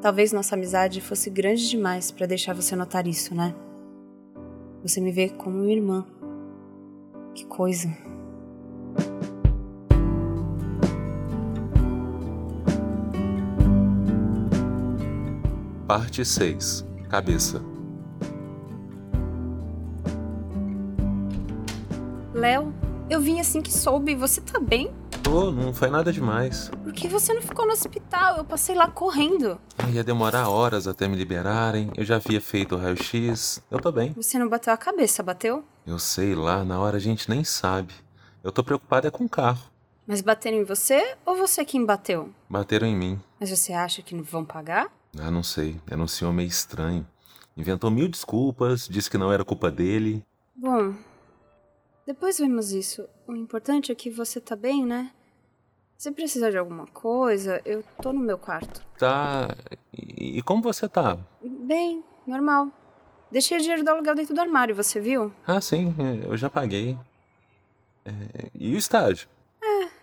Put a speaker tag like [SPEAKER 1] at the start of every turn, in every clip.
[SPEAKER 1] Talvez nossa amizade fosse grande demais para deixar você notar isso, né? Você me vê como minha irmã. Que coisa.
[SPEAKER 2] Parte 6 Cabeça
[SPEAKER 1] Léo, eu vim assim que soube. Você tá bem?
[SPEAKER 2] Pô, não foi nada demais.
[SPEAKER 1] Por que você não ficou no hospital? Eu passei lá correndo.
[SPEAKER 2] Ah, Ia demorar horas até me liberarem, eu já havia feito o raio-x. Eu tô bem.
[SPEAKER 1] Você não bateu a cabeça, bateu?
[SPEAKER 2] Eu sei lá, na hora a gente nem sabe. Eu tô preocupado é com o carro.
[SPEAKER 1] Mas bateram em você ou você quem bateu?
[SPEAKER 2] Bateram em mim.
[SPEAKER 1] Mas você acha que não vão pagar?
[SPEAKER 2] Ah, não sei, era um senhor meio estranho. Inventou mil desculpas, disse que não era culpa dele.
[SPEAKER 1] Bom, depois vemos isso. O importante é que você tá bem, né? Se precisar de alguma coisa, eu tô no meu quarto.
[SPEAKER 2] Tá. E, e como você tá?
[SPEAKER 1] Bem, normal. Deixei o dinheiro do aluguel dentro do armário, você viu?
[SPEAKER 2] Ah, sim, é, eu já paguei. É, e o estágio?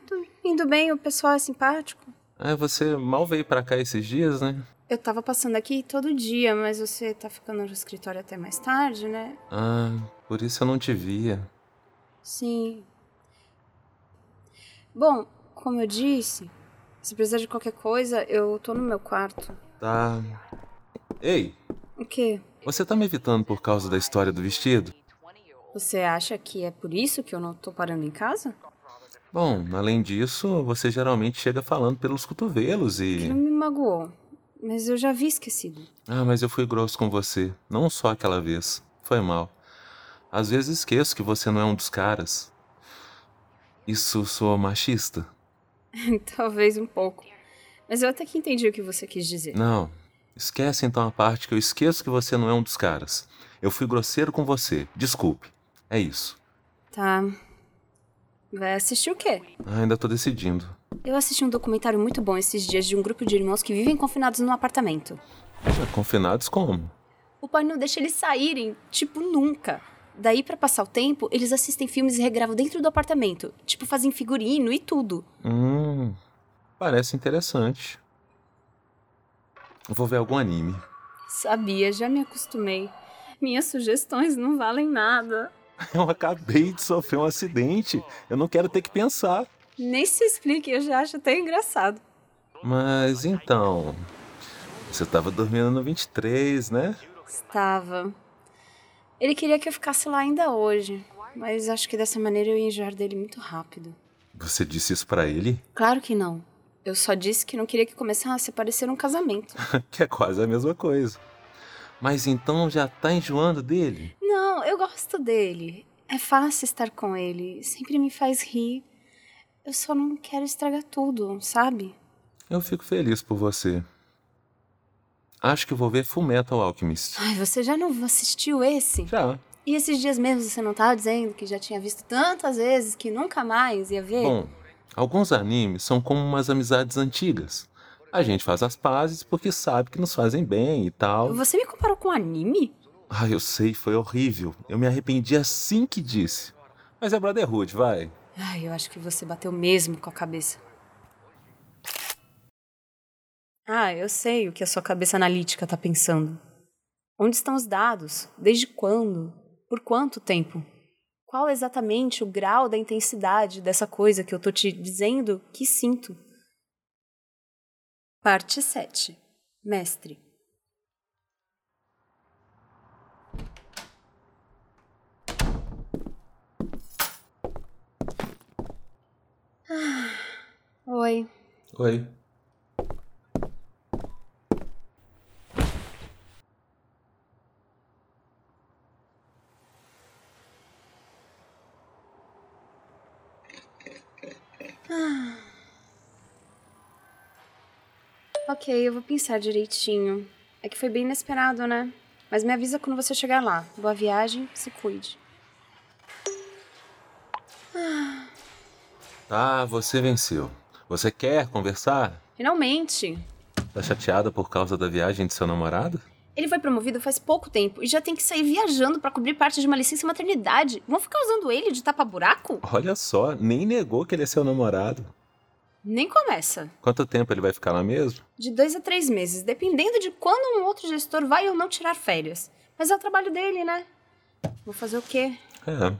[SPEAKER 1] Tô indo bem, o pessoal é simpático.
[SPEAKER 2] Ah, você mal veio pra cá esses dias, né?
[SPEAKER 1] Eu tava passando aqui todo dia, mas você tá ficando no escritório até mais tarde, né?
[SPEAKER 2] Ah, por isso eu não te via.
[SPEAKER 1] Sim. Bom, como eu disse, se precisar de qualquer coisa, eu tô no meu quarto.
[SPEAKER 2] Tá. Ei,
[SPEAKER 1] O quê?
[SPEAKER 2] você tá me evitando por causa da história do vestido?
[SPEAKER 1] Você acha que é por isso que eu não tô parando em casa?
[SPEAKER 2] Bom, além disso, você geralmente chega falando pelos cotovelos e.
[SPEAKER 1] Não me magoou, mas eu já havia esquecido.
[SPEAKER 2] Ah, mas eu fui grosso com você. Não só aquela vez. Foi mal. Às vezes esqueço que você não é um dos caras. Isso soa machista?
[SPEAKER 1] Talvez um pouco. Mas eu até que entendi o que você quis dizer.
[SPEAKER 2] Não. Esquece então a parte que eu esqueço que você não é um dos caras. Eu fui grosseiro com você. Desculpe. É isso.
[SPEAKER 1] Tá. Vai assistir o quê?
[SPEAKER 2] Ah, ainda tô decidindo.
[SPEAKER 1] Eu assisti um documentário muito bom esses dias de um grupo de irmãos que vivem confinados num apartamento.
[SPEAKER 2] Ah, Confinados como?
[SPEAKER 1] O pai não deixa eles saírem, tipo, nunca. Daí, pra passar o tempo, eles assistem filmes e regravam dentro do apartamento. Tipo, fazem figurino e tudo.
[SPEAKER 2] Hum. Parece interessante. Vou ver algum anime.
[SPEAKER 1] Sabia, já me acostumei. Minhas sugestões não valem nada.
[SPEAKER 2] Eu acabei de sofrer um acidente. Eu não quero ter que pensar.
[SPEAKER 1] Nem se explique, eu já acho até engraçado.
[SPEAKER 2] Mas então. Você tava dormindo no 23, né?
[SPEAKER 1] Estava. Ele queria que eu ficasse lá ainda hoje, mas acho que dessa maneira eu ia enjoar dele muito rápido.
[SPEAKER 2] Você disse isso pra ele?
[SPEAKER 1] Claro que não. Eu só disse que não queria que começasse a parecer um casamento.
[SPEAKER 2] Que é quase a mesma coisa. Mas então já tá enjoando dele?
[SPEAKER 1] Não, eu gosto dele. É fácil estar com ele. Sempre me faz rir. Eu só não quero estragar tudo, sabe?
[SPEAKER 2] Eu fico feliz por você. Acho que vou ver Full Metal Alchemist.
[SPEAKER 1] Ai, você já não assistiu esse?
[SPEAKER 2] Já.
[SPEAKER 1] E esses dias mesmo você não tava dizendo que já tinha visto tantas vezes que nunca mais ia ver?
[SPEAKER 2] Bom, alguns animes são como umas amizades antigas. A gente faz as pazes porque sabe que nos fazem bem e tal.
[SPEAKER 1] Você me comparou com um anime?
[SPEAKER 2] Ah, eu sei, foi horrível. Eu me arrependi assim que disse. Mas é Brotherhood, vai.
[SPEAKER 1] Ai, eu acho que você bateu mesmo com a cabeça. Ah, eu sei o que a sua cabeça analítica tá pensando. Onde estão os dados? Desde quando? Por quanto tempo? Qual é exatamente o grau da intensidade dessa coisa que eu tô te dizendo que sinto? Parte 7. Mestre. Oi.
[SPEAKER 2] Oi.
[SPEAKER 1] Ok, eu vou pensar direitinho. É que foi bem inesperado, né? Mas me avisa quando você chegar lá. Boa viagem, se cuide.
[SPEAKER 2] Tá, você venceu. Você quer conversar?
[SPEAKER 1] Finalmente!
[SPEAKER 2] Tá chateada por causa da viagem de seu namorado?
[SPEAKER 1] Ele foi promovido faz pouco tempo e já tem que sair viajando pra cobrir parte de uma licença maternidade. Vão ficar usando ele de tapa-buraco?
[SPEAKER 2] Olha só, nem negou que ele é seu namorado.
[SPEAKER 1] Nem começa.
[SPEAKER 2] Quanto tempo ele vai ficar lá mesmo?
[SPEAKER 1] De dois a três meses, dependendo de quando um outro gestor vai ou não tirar férias. Mas é o trabalho dele, né? Vou fazer o quê?
[SPEAKER 2] É.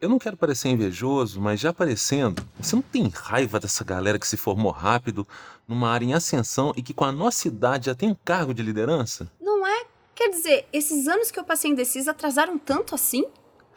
[SPEAKER 2] Eu não quero parecer invejoso, mas já parecendo, você não tem raiva dessa galera que se formou rápido numa área em ascensão e que com a nossa idade já tem um cargo de liderança?
[SPEAKER 1] Não é? Quer dizer, esses anos que eu passei indecisa atrasaram tanto assim?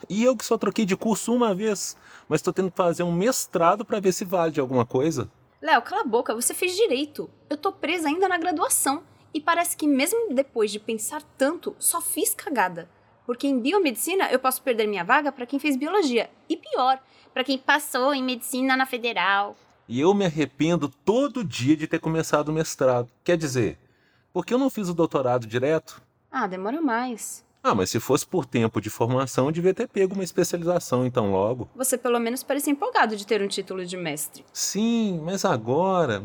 [SPEAKER 2] E eu que só troquei de curso uma vez, mas tô tendo que fazer um mestrado pra ver se vale de alguma coisa.
[SPEAKER 1] Léo, cala a boca, você fez direito. Eu tô presa ainda na graduação. E parece que mesmo depois de pensar tanto, só fiz cagada. Porque em biomedicina eu posso perder minha vaga pra quem fez biologia. E pior, pra quem passou em medicina na federal.
[SPEAKER 2] E eu me arrependo todo dia de ter começado o mestrado. Quer dizer, por que eu não fiz o doutorado direto?
[SPEAKER 1] Ah, demora mais.
[SPEAKER 2] Ah, mas se fosse por tempo de formação, eu devia ter pego uma especialização então logo.
[SPEAKER 1] Você pelo menos parecia empolgado de ter um título de mestre.
[SPEAKER 2] Sim, mas agora.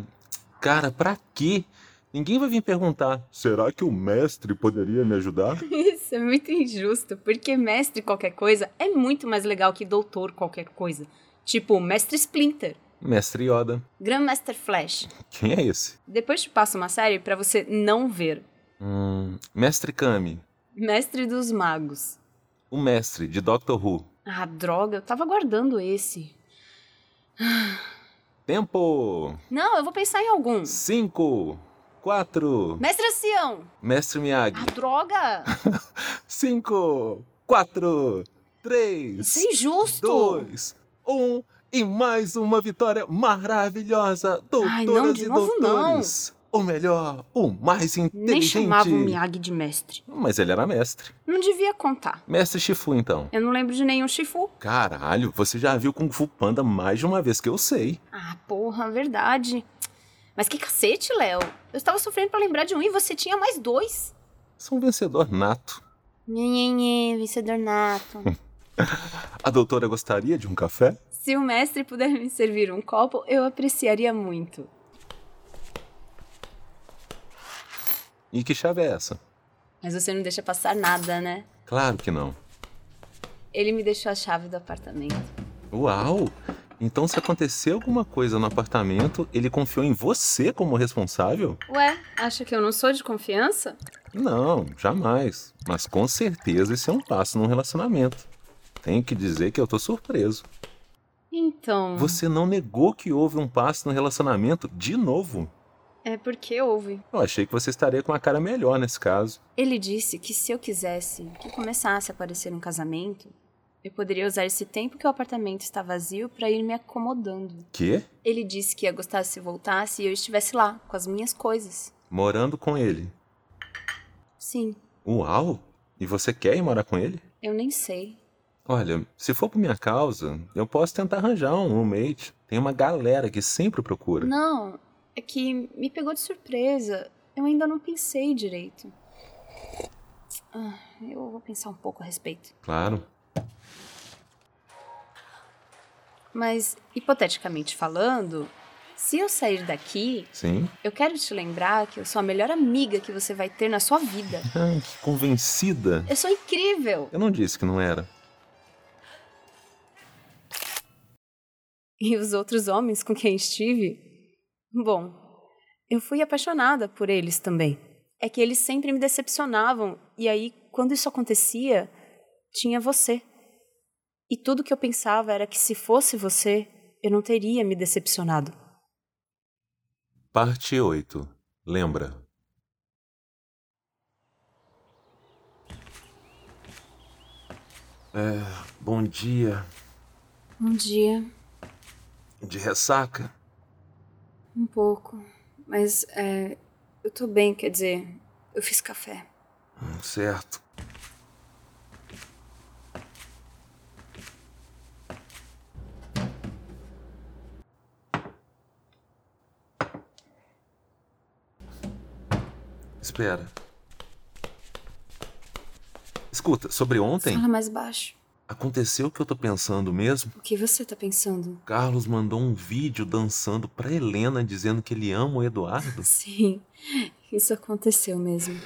[SPEAKER 2] Cara, pra quê? Ninguém vai vir perguntar. Será que o mestre poderia me ajudar?
[SPEAKER 1] Isso é muito injusto, porque mestre qualquer coisa é muito mais legal que doutor qualquer coisa. Tipo, mestre Splinter,
[SPEAKER 2] Mestre Yoda.
[SPEAKER 1] Grandmaster Flash.
[SPEAKER 2] Quem é esse?
[SPEAKER 1] Depois te passo uma série pra você não ver.
[SPEAKER 2] Hum, mestre Kami.
[SPEAKER 1] Mestre dos Magos.
[SPEAKER 2] O mestre de Doctor Who.
[SPEAKER 1] Ah, droga, eu tava guardando esse.
[SPEAKER 2] Tempo!
[SPEAKER 1] Não, eu vou pensar em algum.
[SPEAKER 2] 5, 4.
[SPEAKER 1] Mestre Ancião!
[SPEAKER 2] Mestre Miyagi.
[SPEAKER 1] Ah, droga!
[SPEAKER 2] 5, 4, 3,
[SPEAKER 1] Isso é injusto!
[SPEAKER 2] 2, 1. E mais uma vitória maravilhosa, doutoras
[SPEAKER 1] Ai, não, de
[SPEAKER 2] e
[SPEAKER 1] novo não.
[SPEAKER 2] doutores. O melhor, o mais inteligente.
[SPEAKER 1] Nem chamava o Miyagi de mestre.
[SPEAKER 2] Mas ele era mestre.
[SPEAKER 1] Não devia contar.
[SPEAKER 2] Mestre Shifu, então.
[SPEAKER 1] Eu não lembro de nenhum Shifu.
[SPEAKER 2] Caralho, você já viu Kung Fu Panda mais de uma vez que eu sei.
[SPEAKER 1] Ah, porra, verdade. Mas que cacete, Léo. Eu estava sofrendo pra lembrar de um e você tinha mais dois.
[SPEAKER 2] Sou um vencedor nato.
[SPEAKER 1] Nhenhenhen, vencedor nato.
[SPEAKER 2] A doutora gostaria de um café?
[SPEAKER 1] Se o mestre puder me servir um copo, eu apreciaria muito.
[SPEAKER 2] E que chave é essa?
[SPEAKER 1] Mas você não deixa passar nada, né?
[SPEAKER 2] Claro que não.
[SPEAKER 1] Ele me deixou a chave do apartamento.
[SPEAKER 2] Uau! Então, se acontecer alguma coisa no apartamento, ele confiou em você como responsável?
[SPEAKER 1] Ué, acha que eu não sou de confiança?
[SPEAKER 2] Não, jamais. Mas com certeza esse é um passo num relacionamento. Tenho que dizer que eu tô surpreso.
[SPEAKER 1] Então.
[SPEAKER 2] Você não negou que houve um passo no relacionamento de novo?
[SPEAKER 1] É porque houve.
[SPEAKER 2] Eu achei que você estaria com uma cara melhor nesse caso.
[SPEAKER 1] Ele disse que se eu quisesse que começasse a aparecer um casamento, eu poderia usar esse tempo que o apartamento está vazio para ir me acomodando.
[SPEAKER 2] Quê?
[SPEAKER 1] Ele disse que ia gostar se voltasse e eu estivesse lá, com as minhas coisas.
[SPEAKER 2] Morando com ele.
[SPEAKER 1] Sim,
[SPEAKER 2] Uau! E você quer ir morar com ele?
[SPEAKER 1] eu nem sei.
[SPEAKER 2] Olha, se for por minha causa, eu posso tentar arranjar um roommate. Tem uma galera que sempre procura.
[SPEAKER 1] Não, é que me pegou de surpresa. Eu ainda não pensei direito. Ah, eu vou pensar um pouco a respeito.
[SPEAKER 2] Claro.
[SPEAKER 1] Mas, hipoteticamente falando, se eu sair daqui,
[SPEAKER 2] Sim.
[SPEAKER 1] eu quero te lembrar que eu sou a melhor amiga que você vai ter na sua vida.
[SPEAKER 2] Ah, que convencida.
[SPEAKER 1] Eu sou incrível!
[SPEAKER 2] Eu não disse que não era.
[SPEAKER 1] E os outros homens com quem estive? Bom, eu fui apaixonada por eles também. É que eles sempre me decepcionavam, e aí, quando isso acontecia, tinha você. E tudo que eu pensava era que se fosse você, eu não teria me decepcionado.
[SPEAKER 2] Parte 8. Lembra. É, bom dia.
[SPEAKER 1] Um dia,
[SPEAKER 2] De ressaca?
[SPEAKER 1] um pouco. Mas é, eu tô bem, quer dizer, eu fiz café.
[SPEAKER 2] Hum, Certo. Espera. Escuta, sobre ontem,
[SPEAKER 1] Fala mais baixo.
[SPEAKER 2] aconteceu o que eu tô pensando mesmo?
[SPEAKER 1] O que você tá pensando?
[SPEAKER 2] Carlos mandou um vídeo dançando pra Helena dizendo que ele ama o Eduardo?
[SPEAKER 1] Sim, isso aconteceu mesmo.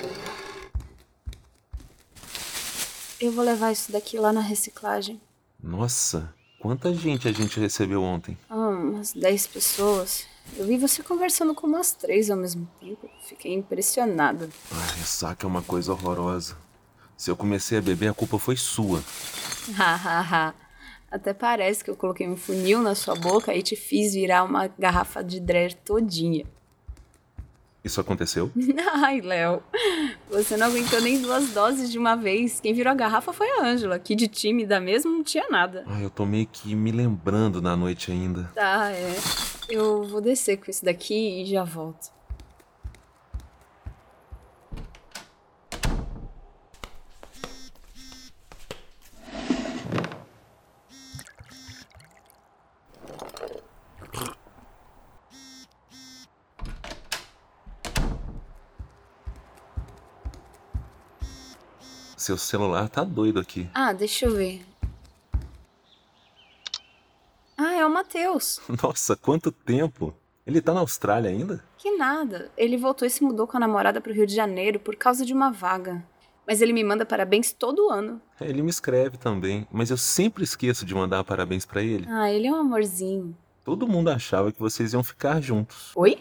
[SPEAKER 1] Eu vou levar isso daqui lá na reciclagem.
[SPEAKER 2] Nossa, quanta gente a gente recebeu ontem.
[SPEAKER 1] Ah, umas 10 pessoas. Eu vi você conversando com umas três ao mesmo tempo. Fiquei impressionada.
[SPEAKER 2] Ai, ressaca é uma coisa horrorosa. Se eu comecei a beber, a culpa foi sua.
[SPEAKER 1] Hahaha. Até parece que eu coloquei um funil na sua boca e te fiz virar uma garrafa de dread todinha.
[SPEAKER 2] Isso aconteceu?
[SPEAKER 1] Ai, Léo, você não aguentou nem duas doses de uma vez. Quem virou a garrafa foi a Ângela, que de tímida mesmo não tinha nada.
[SPEAKER 2] Ai, eu tô meio que me lembrando da noite ainda.
[SPEAKER 1] Tá, é. Eu vou descer com isso daqui e já volto.
[SPEAKER 2] Seu celular tá doido aqui.
[SPEAKER 1] Ah, deixa eu ver. Ah, é o Matheus.
[SPEAKER 2] Nossa, quanto tempo! Ele tá na Austrália ainda?
[SPEAKER 1] Que nada. Ele voltou e se mudou com a namorada pro Rio de Janeiro por causa de uma vaga. Mas ele me manda parabéns todo ano.
[SPEAKER 2] É, Ele me escreve também, mas eu sempre esqueço de mandar parabéns pra ele.
[SPEAKER 1] Ah, ele é um amorzinho.
[SPEAKER 2] Todo mundo achava que vocês iam ficar juntos.
[SPEAKER 1] Oi?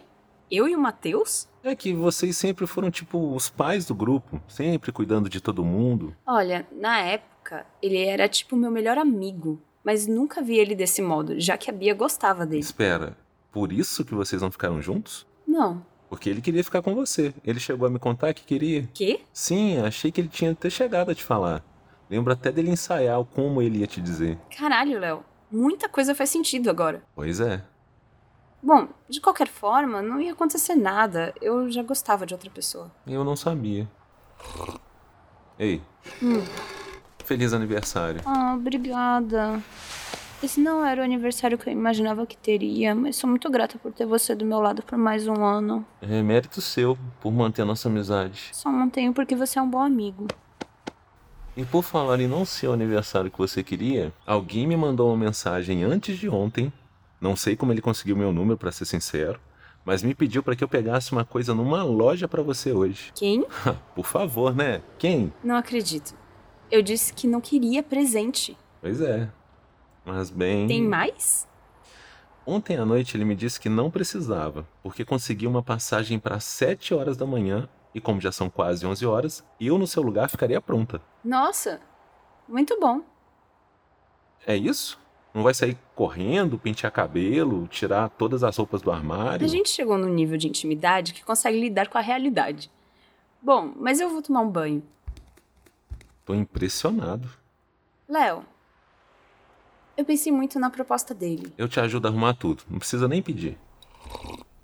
[SPEAKER 1] Eu e o Matheus?
[SPEAKER 2] É que vocês sempre foram tipo os pais do grupo, sempre cuidando de todo mundo.
[SPEAKER 1] Olha, na época, ele era tipo meu melhor amigo. Mas nunca vi ele desse modo, já que a Bia gostava dele.
[SPEAKER 2] Espera, por isso que vocês não ficaram juntos?
[SPEAKER 1] Não.
[SPEAKER 2] Porque ele queria ficar com você. Ele chegou a me contar que queria.
[SPEAKER 1] Quê?
[SPEAKER 2] Sim, achei que ele tinha até chegado a te falar. Lembro até dele ensaiar o como ele ia te dizer.
[SPEAKER 1] Caralho, Léo. Muita coisa faz sentido agora.
[SPEAKER 2] Pois é.
[SPEAKER 1] Bom, de qualquer forma, não ia acontecer nada. Eu já gostava de outra pessoa.
[SPEAKER 2] Eu não sabia. Ei,
[SPEAKER 1] Hum.
[SPEAKER 2] feliz aniversário.
[SPEAKER 1] Ah, obrigada. Esse não era o aniversário que eu imaginava que teria, mas sou muito grata por ter você do meu lado por mais um ano.
[SPEAKER 2] É mérito seu por manter a nossa amizade.
[SPEAKER 1] Só mantenho porque você é um bom amigo.
[SPEAKER 2] E por falar em não ser o aniversário que você queria, alguém me mandou uma mensagem antes de ontem. Não sei como ele conseguiu meu número, pra ser sincero, mas me pediu pra que eu pegasse uma coisa numa loja pra você hoje.
[SPEAKER 1] Quem?
[SPEAKER 2] Por favor, né? Quem?
[SPEAKER 1] Não acredito. Eu disse que não queria presente.
[SPEAKER 2] Pois é. Mas bem,
[SPEAKER 1] Tem mais?
[SPEAKER 2] ontem à noite ele me disse que não precisava, porque conseguiu uma passagem pra 7 horas da manhã e como já são quase 11 horas, eu no seu lugar ficaria pronta.
[SPEAKER 1] Nossa, muito bom.
[SPEAKER 2] É isso? Não vai sair correndo, pentear cabelo, tirar todas as roupas do armário?
[SPEAKER 1] A gente chegou num nível de intimidade que consegue lidar com a realidade. Bom, mas eu vou tomar um banho.
[SPEAKER 2] Tô impressionado.
[SPEAKER 1] Léo, eu pensei muito na proposta dele.
[SPEAKER 2] Eu te ajudo a arrumar tudo, não precisa nem pedir.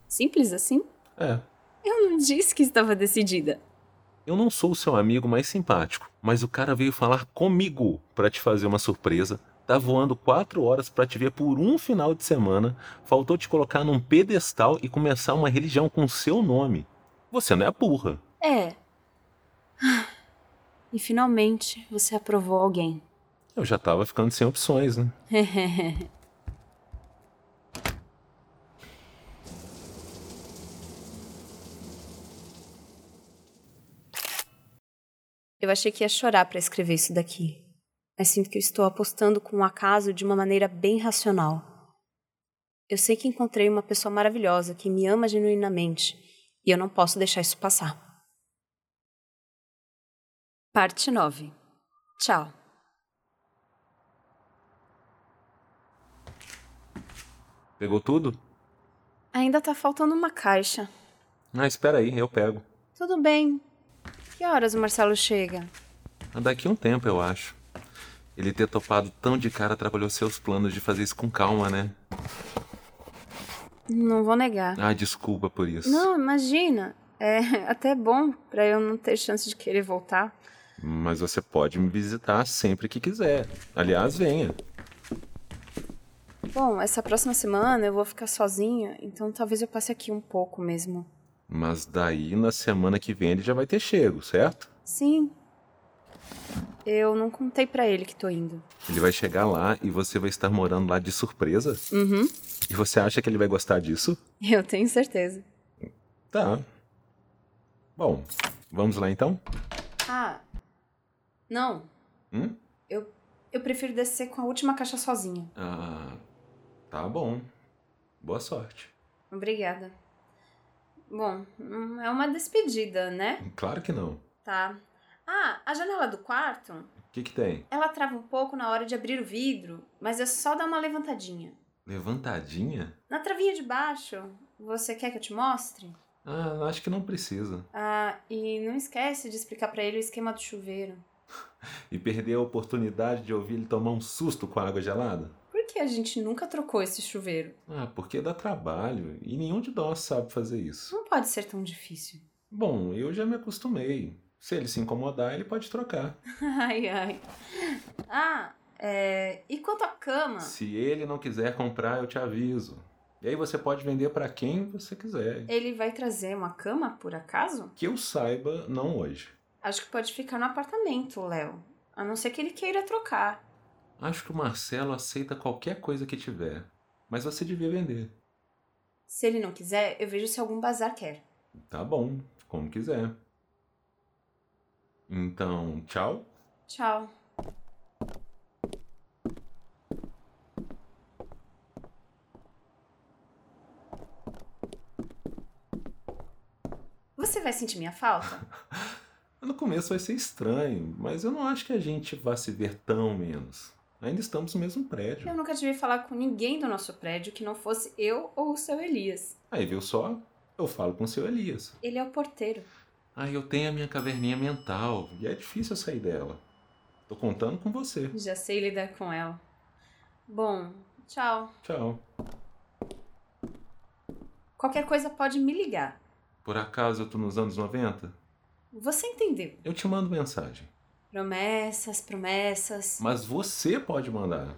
[SPEAKER 1] Simples assim?
[SPEAKER 2] É,
[SPEAKER 1] Eu não disse que estava decidida.
[SPEAKER 2] eu não sou o seu amigo mais simpático, mas o cara veio falar comigo pra te fazer uma surpresa. Tá voando quatro horas pra te ver por um final de semana. Faltou te colocar num pedestal e começar uma religião com o seu nome. Você não é burra.
[SPEAKER 1] É. Ah, E finalmente você aprovou alguém.
[SPEAKER 2] Eu já tava ficando sem opções, né?
[SPEAKER 1] Eu achei que ia chorar para escrever isso daqui, mas sinto que eu estou apostando com o acaso de uma maneira bem racional. Eu sei que encontrei uma pessoa maravilhosa que me ama genuinamente e eu não posso deixar isso passar. Parte 9. Tchau.
[SPEAKER 2] Pegou tudo?
[SPEAKER 1] Ainda tá faltando uma caixa.
[SPEAKER 2] Ah, espera aí, eu pego.
[SPEAKER 1] Tudo bem. Que horas o Marcelo chega?
[SPEAKER 2] Ah, Daqui um tempo, eu acho. Ele ter topado tão de cara atrapalhou seus planos de fazer isso com calma, né?
[SPEAKER 1] Não vou negar.
[SPEAKER 2] Ah, desculpa por isso.
[SPEAKER 1] Não, imagina. É até bom pra eu não ter chance de querer voltar.
[SPEAKER 2] Mas você pode me visitar sempre que quiser. Aliás, venha.
[SPEAKER 1] Bom, essa próxima semana eu vou ficar sozinha, então talvez eu passe aqui um pouco mesmo.
[SPEAKER 2] Mas daí na semana que vem ele já vai ter chego, certo?
[SPEAKER 1] Sim. Eu não contei pra ele que tô indo.
[SPEAKER 2] Ele vai chegar lá e você vai estar morando lá de surpresa?
[SPEAKER 1] Uhum.
[SPEAKER 2] E você acha que ele vai gostar disso?
[SPEAKER 1] Eu tenho certeza.
[SPEAKER 2] Tá. Bom, vamos lá então?
[SPEAKER 1] Ah. Não.
[SPEAKER 2] Hum?
[SPEAKER 1] Eu prefiro descer com a última caixa sozinha.
[SPEAKER 2] Ah, tá bom. Boa sorte.
[SPEAKER 1] Obrigada. Bom, hum, é uma despedida, né?
[SPEAKER 2] Claro que não.
[SPEAKER 1] Tá. Ah, a janela do quarto,
[SPEAKER 2] O que, que tem?
[SPEAKER 1] ela trava um pouco na hora de abrir o vidro, mas é só dar uma levantadinha.
[SPEAKER 2] Levantadinha?
[SPEAKER 1] Na travinha de baixo, você quer que eu te mostre?
[SPEAKER 2] Ah, acho que não precisa.
[SPEAKER 1] Ah, e não esquece de explicar pra ele o esquema do chuveiro.
[SPEAKER 2] E perder a oportunidade de ouvir ele tomar um susto com a água gelada?
[SPEAKER 1] Por que a gente nunca trocou esse chuveiro?
[SPEAKER 2] Ah, porque dá trabalho e nenhum de nós sabe fazer isso.
[SPEAKER 1] Não pode ser tão difícil.
[SPEAKER 2] Bom, eu já me acostumei. Se ele se incomodar, ele pode trocar.
[SPEAKER 1] Ai, ai. Ah, é... e quanto à cama?
[SPEAKER 2] Se ele não quiser comprar, eu te aviso. E aí você pode vender pra quem você quiser.
[SPEAKER 1] Ele vai trazer uma cama, por acaso?
[SPEAKER 2] Que eu saiba, não hoje.
[SPEAKER 1] Acho que pode ficar no apartamento, Léo. A não ser que ele queira trocar.
[SPEAKER 2] Acho que o Marcelo aceita qualquer coisa que tiver, mas você devia vender.
[SPEAKER 1] Se ele não quiser, eu vejo se algum bazar quer.
[SPEAKER 2] Tá bom, como quiser. Então, tchau.
[SPEAKER 1] Tchau. Você vai sentir minha falta?
[SPEAKER 2] No começo vai ser estranho, mas eu não acho que a gente vá se ver tão menos. Ainda estamos no mesmo prédio.
[SPEAKER 1] Eu nunca tive falar com ninguém do nosso prédio que não fosse eu ou o seu Elias.
[SPEAKER 2] Aí, viu só? Eu falo com o seu Elias.
[SPEAKER 1] Ele é o porteiro.
[SPEAKER 2] Ah, eu tenho a minha caverninha mental e é difícil eu sair dela. Tô contando com você.
[SPEAKER 1] Já sei lidar com ela. Bom, tchau.
[SPEAKER 2] Tchau.
[SPEAKER 1] Qualquer coisa pode me ligar.
[SPEAKER 2] Por acaso eu tô nos anos 90?
[SPEAKER 1] Você entendeu?
[SPEAKER 2] Eu te mando mensagem.
[SPEAKER 1] Promessas, promessas.
[SPEAKER 2] Mas você pode mandar.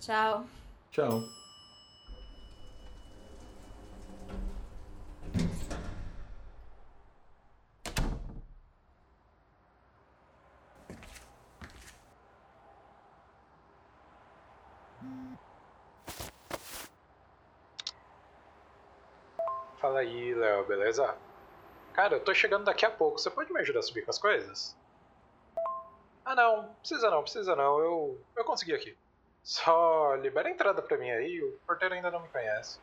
[SPEAKER 1] Tchau.
[SPEAKER 2] Tchau.
[SPEAKER 3] Fala aí, Léo, beleza? Cara, eu tô chegando daqui a pouco, você pode me ajudar a subir com as coisas? Ah não, precisa não, precisa não, eu, eu consegui aqui. Só libera a entrada pra mim aí, o porteiro ainda não me conhece.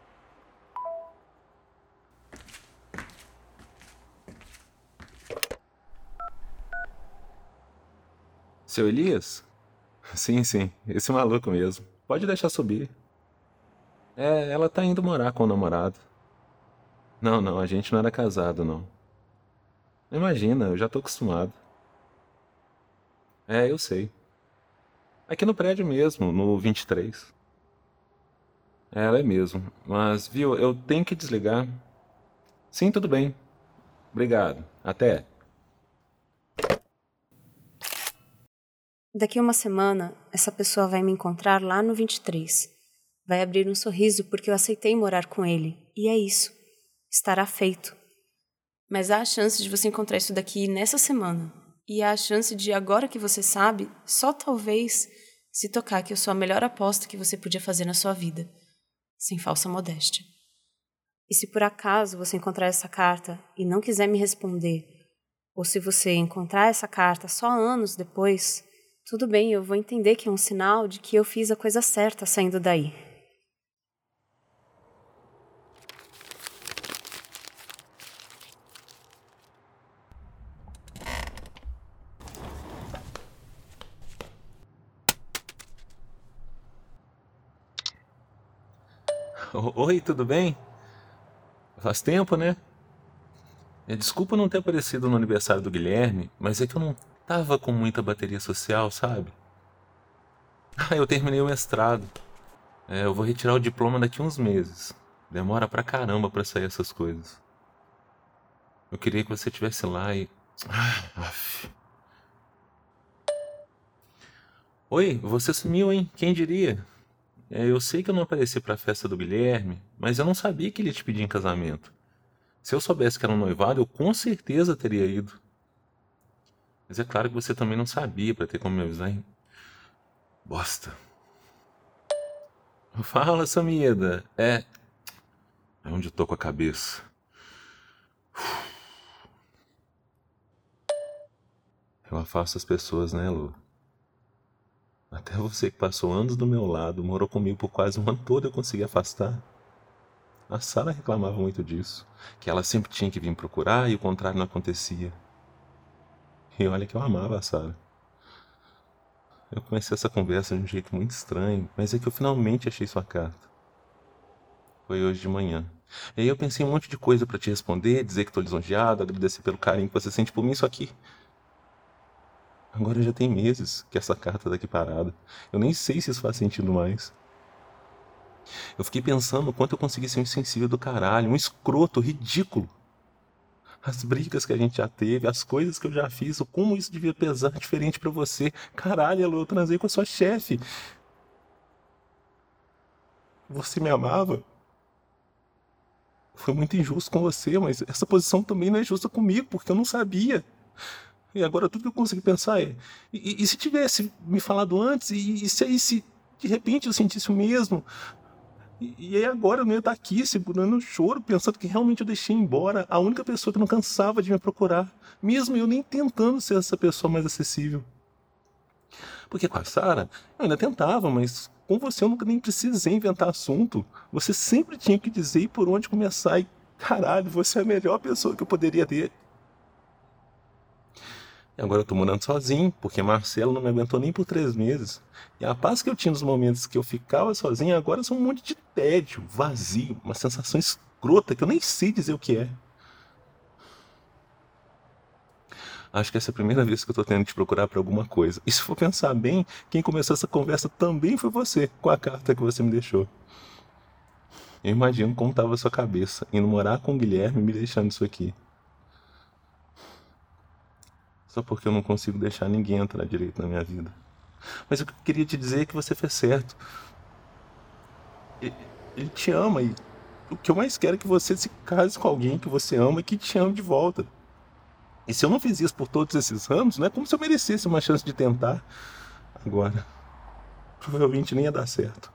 [SPEAKER 2] Seu Elias? Sim, sim, esse maluco mesmo. Pode deixar subir. É, ela tá indo morar com o namorado. Não, não, a gente não era casado, não. Imagina, eu já tô acostumado. É, eu sei. Aqui no prédio mesmo, no 23. Ela é mesmo. Mas, viu, eu tenho que desligar. Sim, tudo bem. Obrigado. Até.
[SPEAKER 1] Daqui uma semana, essa pessoa vai me encontrar lá no 23. Vai abrir um sorriso porque eu aceitei morar com ele. E é isso. Estará feito. Mas há a chance de você encontrar isso daqui nessa semana. E há a chance de, agora que você sabe, só talvez se tocar que eu sou a melhor aposta que você podia fazer na sua vida. Sem falsa modéstia. E se por acaso você encontrar essa carta e não quiser me responder, ou se você encontrar essa carta só anos depois, tudo bem, eu vou entender que é um sinal de que eu fiz a coisa certa saindo daí.
[SPEAKER 2] O- Oi, tudo bem? Faz tempo, né? É, Desculpa não ter aparecido no aniversário do Guilherme, mas é que eu não tava com muita bateria social, sabe? Ah, eu terminei o mestrado. É, eu vou retirar o diploma daqui uns meses. Demora pra caramba pra sair essas coisas. Eu queria que você estivesse lá e. Ah, af. Oi, você sumiu, hein? Quem diria? É, eu sei que eu não apareci pra festa do Guilherme, mas eu não sabia que ele ia te pedir em casamento. Se eu soubesse que era um noivado, eu com certeza teria ido. Mas é claro que você também não sabia pra ter como me avisar, hein? Bosta. Fala, Samida. É. É onde eu tô com a cabeça. Eu afasto as pessoas, né, Lu? Até você que passou anos do meu lado, morou comigo por quase um ano todo, eu consegui afastar. A Sara reclamava muito disso, que ela sempre tinha que vir me procurar e o contrário não acontecia. E olha que eu amava a Sara. Eu comecei essa conversa de um jeito muito estranho, mas é que eu finalmente achei sua carta. Foi hoje de manhã. E aí eu pensei um monte de coisa para te responder, dizer que tô lisonjeado, agradecer pelo carinho que você sente por mim, só que Agora já tem meses que essa carta tá aqui parada. Eu nem sei se isso faz sentido mais. Eu fiquei pensando o quanto eu consegui ser um insensível do caralho, um escroto ridículo. As brigas que a gente já teve, as coisas que eu já fiz, como isso devia pesar diferente para você. Caralho, Elô, eu transei com a sua chefe. Você me amava? Foi muito injusto com você, mas essa posição também não é justa comigo, porque eu não sabia. E agora tudo que eu consegui pensar é: e, e se tivesse me falado antes? E, e se aí se de repente eu sentisse o mesmo? E, e aí agora eu não ia estar aqui segurando o choro, pensando que realmente eu deixei embora a única pessoa que não cansava de me procurar, mesmo eu nem tentando ser essa pessoa mais acessível. Porque com a Sara eu ainda tentava, mas com você eu nunca nem precisei inventar assunto. Você sempre tinha que dizer por onde começar e caralho, você é a melhor pessoa que eu poderia ter. E agora eu tô morando sozinho, porque Marcelo não me aguentou nem por três meses. E a paz que eu tinha nos momentos que eu ficava sozinho agora são um monte de tédio, vazio, uma sensação escrota que eu nem sei dizer o que é. Acho que essa é a primeira vez que eu tô tendo de procurar por alguma coisa. E se for pensar bem, quem começou essa conversa também foi você, com a carta que você me deixou. Eu imagino como tava a sua cabeça indo morar com o Guilherme me deixando isso aqui só porque eu não consigo deixar ninguém entrar direito na minha vida. Mas o que eu queria te dizer é que você fez certo. Ele te ama e o que eu mais quero é que você se case com alguém que você ama e que te ama de volta. E se eu não fiz isso por todos esses anos, não é como se eu merecesse uma chance de tentar. Agora, provavelmente nem ia dar certo.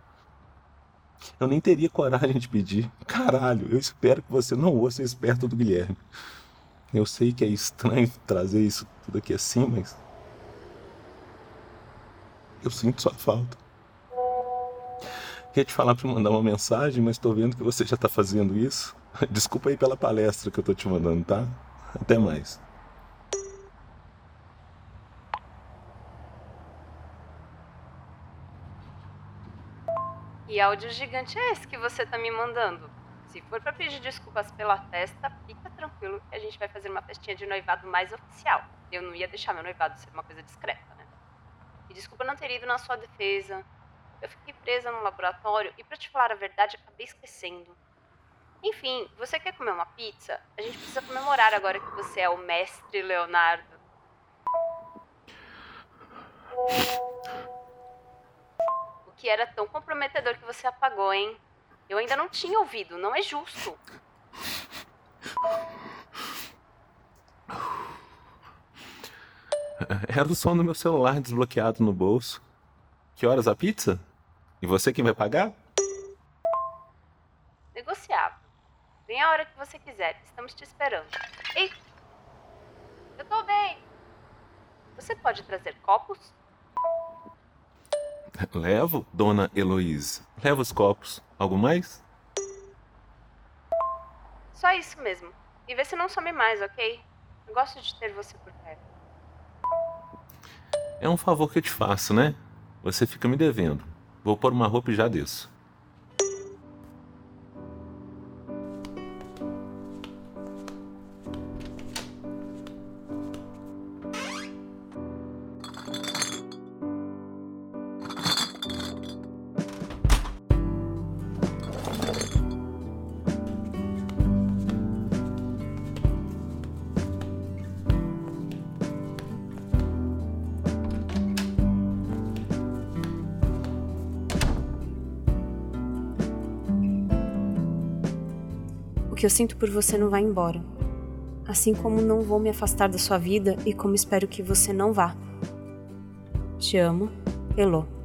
[SPEAKER 2] Eu nem teria coragem de pedir. Caralho, eu espero que você não ouça esperto do Guilherme. Eu sei que é estranho trazer isso tudo aqui assim, mas. Eu sinto sua falta. Queria te falar para mandar uma mensagem, mas estou vendo que você já está fazendo isso. Desculpa aí pela palestra que eu estou te mandando, tá? Até mais.
[SPEAKER 4] Que áudio gigante é esse que você tá me mandando? Se for para pedir desculpas pela festa, fica tranquilo que a gente vai fazer uma festinha de noivado mais oficial. Eu não ia deixar meu noivado ser uma coisa discreta, né? E desculpa não ter ido na sua defesa. Eu fiquei presa no laboratório e, para te falar a verdade, acabei esquecendo. Enfim, você quer comer uma pizza? A gente precisa comemorar agora que você é o mestre Leonardo. O que era tão comprometedor que você apagou, hein? Eu ainda não tinha ouvido, não é justo.
[SPEAKER 2] Era o som do meu celular desbloqueado no bolso. Que horas a pizza? E você quem vai pagar?
[SPEAKER 4] Negociável. Vem a hora que você quiser, estamos te esperando. Ei! Eu tô bem! Você pode trazer copos?
[SPEAKER 2] Levo, dona Heloísa. Levo os copos. Algo mais?
[SPEAKER 4] Só isso mesmo. E vê se não some mais, ok? Eu gosto de ter você por perto.
[SPEAKER 2] É um favor que eu te faço, né? Você fica me devendo. Vou pôr uma roupa e já desço.
[SPEAKER 1] O que eu sinto por você não vai embora. Assim como não vou me afastar da sua vida e como espero que você não vá. Te amo, Elô.